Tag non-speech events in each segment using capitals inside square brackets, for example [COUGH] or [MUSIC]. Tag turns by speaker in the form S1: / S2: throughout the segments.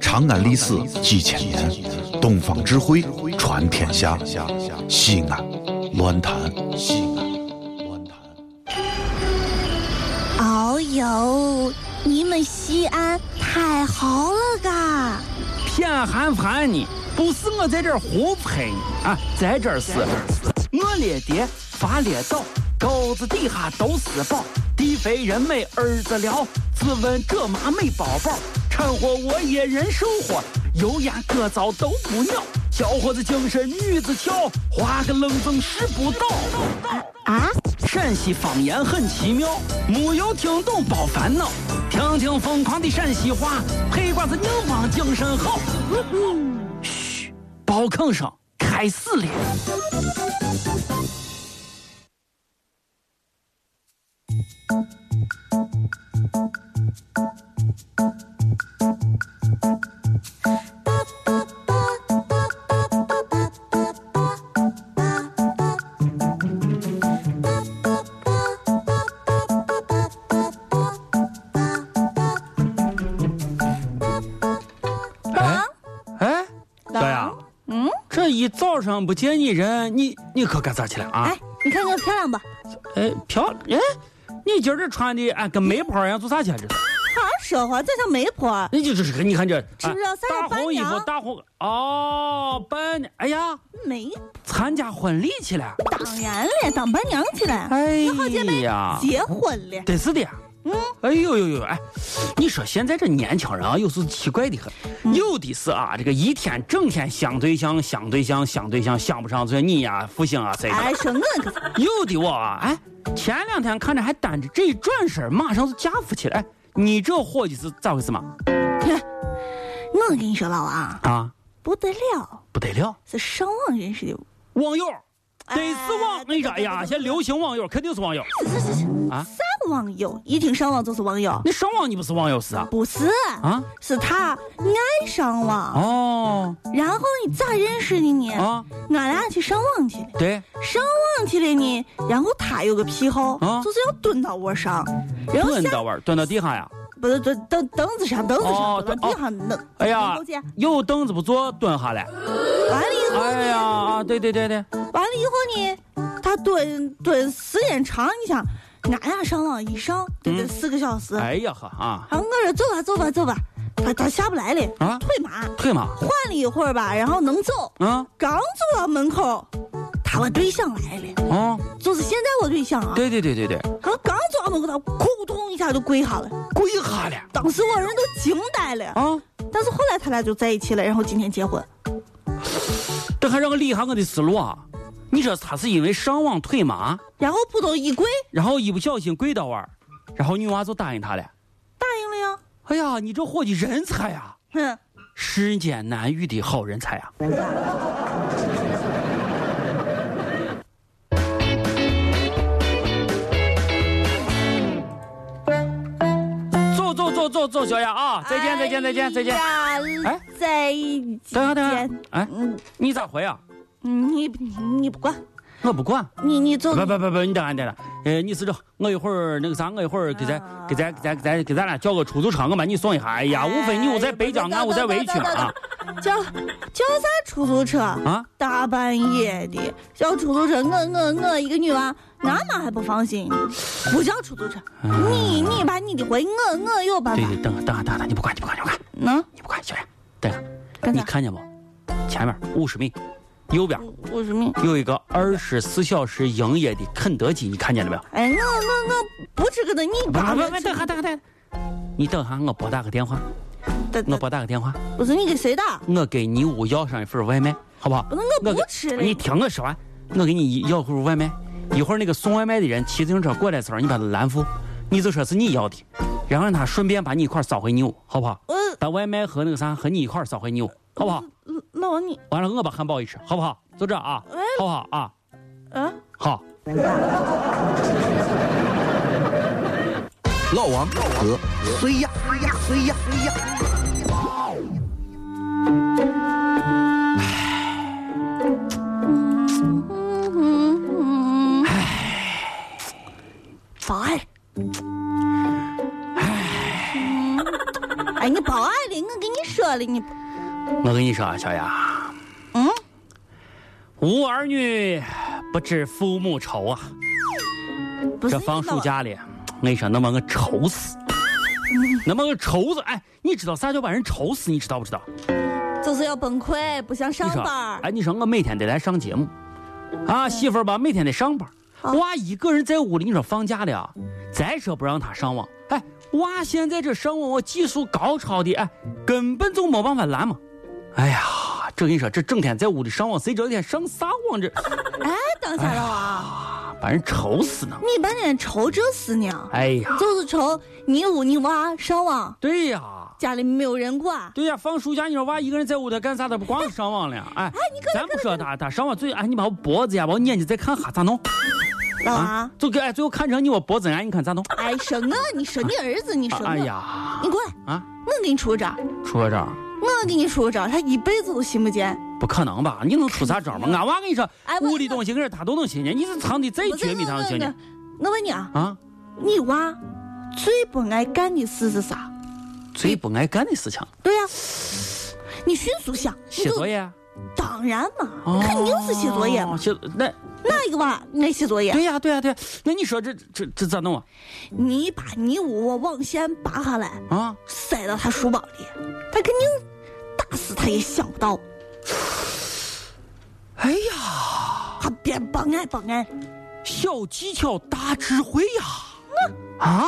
S1: 长安历史几千年，东方智慧传天下。西安，乱谈西安，乱谈。
S2: 哦呦，你们西安太好了
S3: 啊
S2: 嘎！
S3: 偏寒寒你，不是我在这儿胡喷你啊，在这儿是，我列爹发列倒，沟子底下都是宝，地肥人美儿子了，自问这妈没宝宝，掺和我也人生活，油盐各糟都不尿，小伙子精神女子俏，花个愣风使不倒。
S2: 啊，
S3: 陕西方言很奇妙，没有听懂别烦恼，听听疯狂的陕西话，黑瓜子硬邦精神好。嘘，包吭声开始了。哎哎，
S2: 老
S3: 大呀，
S2: 嗯，
S3: 这一早上不见你人，你你可干咋去了啊？
S2: 哎，你看我漂亮不？
S3: 哎，漂亮！哎，你今儿这穿的哎跟媒婆一样，做啥去了？这是
S2: 好说话，这像啊媒婆。
S3: 你就这是你看这，
S2: 知不知道
S3: 哎
S2: 三
S3: 大
S2: 十八
S3: 红衣服
S2: 娘，
S3: 大红哦，伴娘，哎呀，
S2: 媒
S3: 参加婚礼去了。
S2: 当然了，当伴娘去了，
S3: 哎
S2: 好姐妹
S3: 呀，
S2: 结婚了。
S3: 得是的呀。嗯，哎呦呦呦，哎，你说现在这年轻人啊，有时候奇怪的很，
S2: 嗯
S3: 有的是啊，这个一天整天相对象、相对象、相对象，相不上这你呀、复兴啊谁的，
S2: 哎，说 [LAUGHS] 我可是
S3: 有的我啊，哎，前两天看着还单着，这一转身马上就嫁夫去了。哎，你这伙计是咋回事嘛？
S2: 我跟你说老王，
S3: 啊，
S2: 不得了，
S3: 不得了，
S2: 是上网认识的。
S3: 网友，
S2: 哎
S3: 得是网，哎呀呀，现在流行网友，肯定是网友。
S2: 是是是，
S3: 啊
S2: 啥网友？一听上网就是网友，
S3: 你上网你不是网友是啊？
S2: 不是，
S3: 啊，
S2: 是他爱上网。
S3: 哦，
S2: 然后你咋认识的呢？
S3: 啊，
S2: 俺俩去上网去了，
S3: 对，
S2: 上网去了呢。然后他有个癖好，
S3: 啊
S2: 就是要蹲到我上，然后
S3: 蹲
S2: 下
S3: 到玩，蹲到地下呀。
S2: 不是蹲凳凳子上，凳子上
S3: 哦
S2: 蹲到
S3: 哦
S2: 地上弄。
S3: 哎
S2: 能
S3: 呀
S2: 够见，
S3: 有凳子不坐，蹲下来。
S2: 完了以后，
S3: 哎呀，啊，对对对对，
S2: 完了以后呢，他蹲蹲时间长，你想，俺俩上网一上得得
S3: 嗯
S2: 四个小时，
S3: 哎呀呵啊
S2: 然后我说走吧走吧走吧，他他下不来了，
S3: 啊，
S2: 腿麻。
S3: 退嘛，
S2: 换了一会儿吧，然后能走，
S3: 啊
S2: 刚走到门口，他我对象来了，
S3: 哦，
S2: 就是现在我对象啊，
S3: 对对对对对，
S2: 他刚走到门口，他扑通一下就跪下了，
S3: 跪下了
S2: 当时我人都惊呆了。
S3: 啊，
S2: 但是后来他俩就在一起了，然后今天结婚。
S3: 这还让我理一下我的思路啊。你说他是因为上网腿麻，
S2: 然后扑通一跪，
S3: 然后一不小心跪到玩儿，然后女娃就答应他了。
S2: 答应了呀。
S3: 哎呀，你这伙计人才啊呀、
S2: 哼，
S3: 世间难遇的好人才啊！走走走走走，小雅啊，再见再见再见再见。
S2: 哎呀
S3: 哎，
S2: 再
S3: 等下等下
S2: 见。，
S3: 哎，
S2: 嗯，
S3: 你咋回啊？
S2: 你你不管，
S3: 我不管。
S2: 你你走
S3: 不。不不不，你等下等下，呃，你是这，我一会儿那个啥，我一会儿给咱
S2: 啊
S3: 给咱给咱给咱给咱俩叫个出租车，我把你送一下。哎呀，无非你我在北疆，
S2: 哎
S3: 俺我在围裙啊
S2: 叫叫啥出租车？
S3: 啊！
S2: 大半夜的叫出租车，我我我一个女娃，俺妈还不放心，不叫出租车，
S3: 嗯
S2: 你你把你的回，我我有办
S3: 对
S2: 法
S3: 对，。等等等等，你不管你不管你不管。
S2: 能
S3: 你不看，小燕，等下，
S2: 干
S3: 你
S2: 啥？
S3: 看见不？前面五十米，右边
S2: 五十米。
S3: 有一个二十四小时营业的肯德基，你看见了没有？
S2: 哎，我我我不吃个的，你
S3: 不
S2: 把
S3: 啊不
S2: 我
S3: 不，
S2: 去
S3: 等下等下等下，你等下，我拨打个电话，
S2: 等
S3: 我拨打个电话，
S2: 不是你给谁打？
S3: 我给你屋要上一份外卖，好不好
S2: 不？是我
S3: 我
S2: 不
S3: 给
S2: 吃
S3: 你
S2: 了。
S3: 听我说完，我给你要份外卖，一会儿那个送外卖的人骑自行车过来的时候，你把他拦住，你就说是你要的，然后让他顺便把你一块儿捎回你屋，好不好？
S2: 我呃
S3: 把外卖和那个啥和你一块儿捎回你屋，好不好？
S2: 老王你
S3: 完了，我把汉堡一吃，好不好？就这啊，
S2: 嗯
S3: 好不好啊？
S2: 啊，
S3: 好，
S4: 老王和谁呀谁呀谁呀谁呀？
S2: 保安。哎，你保安了，我跟你说了，你不
S3: 我跟你说啊，小雅，
S2: 嗯，
S3: 无儿女不知父母愁啊。
S2: 不是
S3: 这放
S2: 你
S3: 暑
S2: 老
S3: 假里，我跟你说，能把我愁死，能把我愁死。哎，你知道啥叫把人愁死？你知道不知道？
S2: 就是要崩溃，不想上
S3: 你说
S2: 班儿，
S3: 哎，你说我每天得来上节目，啊，媳妇儿吧，每天得上班，娃一个人在屋里，你说放假了啊，再说不让他上网，哎，娃现在这上网，我技术高超的，哎，根本就没办法拦嘛。哎呀，这跟你说，这整天在屋里上网，谁知道天上啥网这，
S2: 哎，等下了
S3: 哎
S2: 啊，
S3: 把人愁死呢。
S2: 你把人愁这死呢，
S3: 哎呀，
S2: 就是愁你屋你娃上网，
S3: 对呀。
S2: 家里没有人管，
S3: 对呀，放暑假你说娃一个人在屋头干啥？他不光是上网了，哎，咱不说他，他上网最哎，你把我脖子呀，把我眼睛再看哈，咋弄
S2: 老
S3: 啊
S2: 娃？，
S3: 就给哎，最后看成你我脖子眼，你看咋弄？
S2: 哎，说我，你说你儿子，你说我，
S3: 哎呀，
S2: 你过来，
S3: 啊，
S2: 我给你出个招儿，
S3: 出个招，
S2: 我给你出个招儿，他一辈子都信不见。
S3: 不可能吧？你能出啥招吗？俺娃跟你说
S2: 哎，我
S3: 屋里东西跟人他都能寻见，哎你这藏的再
S2: 我
S3: 绝密，他能
S2: 我
S3: 寻见
S2: 我问你啊，
S3: 啊？
S2: 你娃最不爱干的事是啥？
S3: 最不爱干的事情，
S2: 对呀、你迅速想，你
S3: 写
S2: 就
S3: 作业，
S2: 当然嘛
S3: 哦，
S2: 肯定是写作业嘛。
S3: 写那
S2: 哪一个娃爱写作业？
S3: 对呀对呀对呀，那你说这这这咋弄啊？
S2: 你把你我网线拔下来，
S3: 啊，
S2: 塞到他书包里，他肯定打死他也想不到。
S3: 哎呀，
S2: 他别不爱不爱，
S3: 小技巧大智慧呀！啊？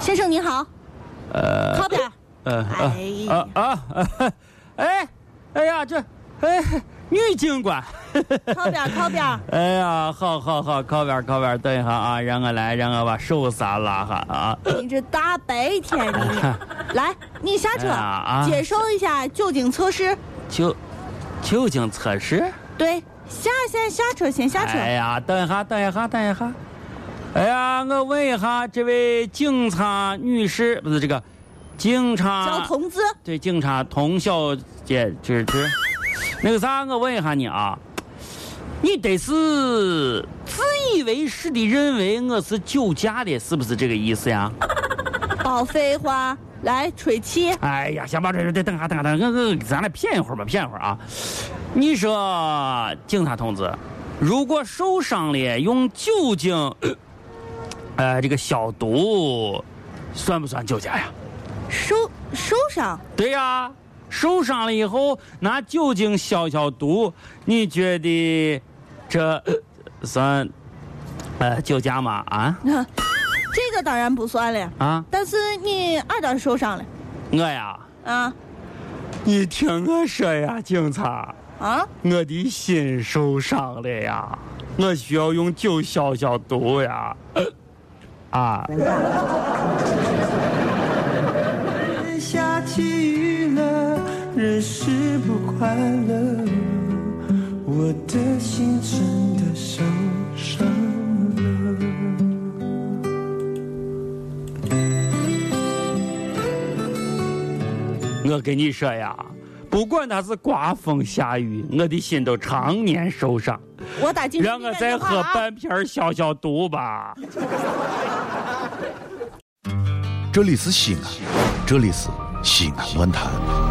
S2: 先生你好，呃，靠边儿。
S3: 呃
S2: 哎
S3: 啊
S2: 呀，
S3: 啊啊！哎，哎呀，这哎，女警官，
S2: 靠边儿，靠边儿。
S3: 哎呀，好好好，靠边儿靠边儿，等一下啊，让我来，让我把手撒拉下啊。
S2: 你这大白天的，
S3: [LAUGHS]
S2: 来，你下车
S3: 哎呀啊
S2: 接受一下酒精测试。
S3: 酒酒精测试？
S2: 对，下线下车先下车。
S3: 哎呀，等一下，等一下，等一下。哎呀，我问一下，这位警察女士，不是这个警察
S2: 交同志，
S3: 对，警察童小姐支持。那个啥，我问一下你啊，你得是自以为是的认为我是酒驾的，是不是这个意思呀？
S2: 别废话，来吹气。
S3: 哎呀，行吧，这这等下等下等下，我我咱俩骗一会儿吧，骗一会儿啊。你说，警察同志，如果受伤了用酒精， [COUGHS] 呃，这个消毒，算不算酒驾呀？
S2: 受受伤，
S3: 对呀、受伤了以后拿酒精消消毒，你觉得这呃算呃酒驾吗？啊
S2: [LAUGHS] 这个当然不算了。
S3: 啊，
S2: 但是你二当受伤了
S3: 我呀，
S2: 啊
S3: 你听我说呀，警察，
S2: 啊！
S3: 我的心受伤了呀，我需要用酒消消毒呀。呃啊，
S5: 下起雨了，人是不快乐，我的心真的受伤了。
S3: 我跟你说呀，不管他是刮风下雨，我的心都常年受伤。
S2: 我打精神
S3: 让
S2: 病
S3: 我
S2: 院
S3: 再
S2: 电话
S3: 喝
S2: 了啊！
S3: 半瓶儿消消毒吧。
S1: 这里是西安，这里是西安论坛。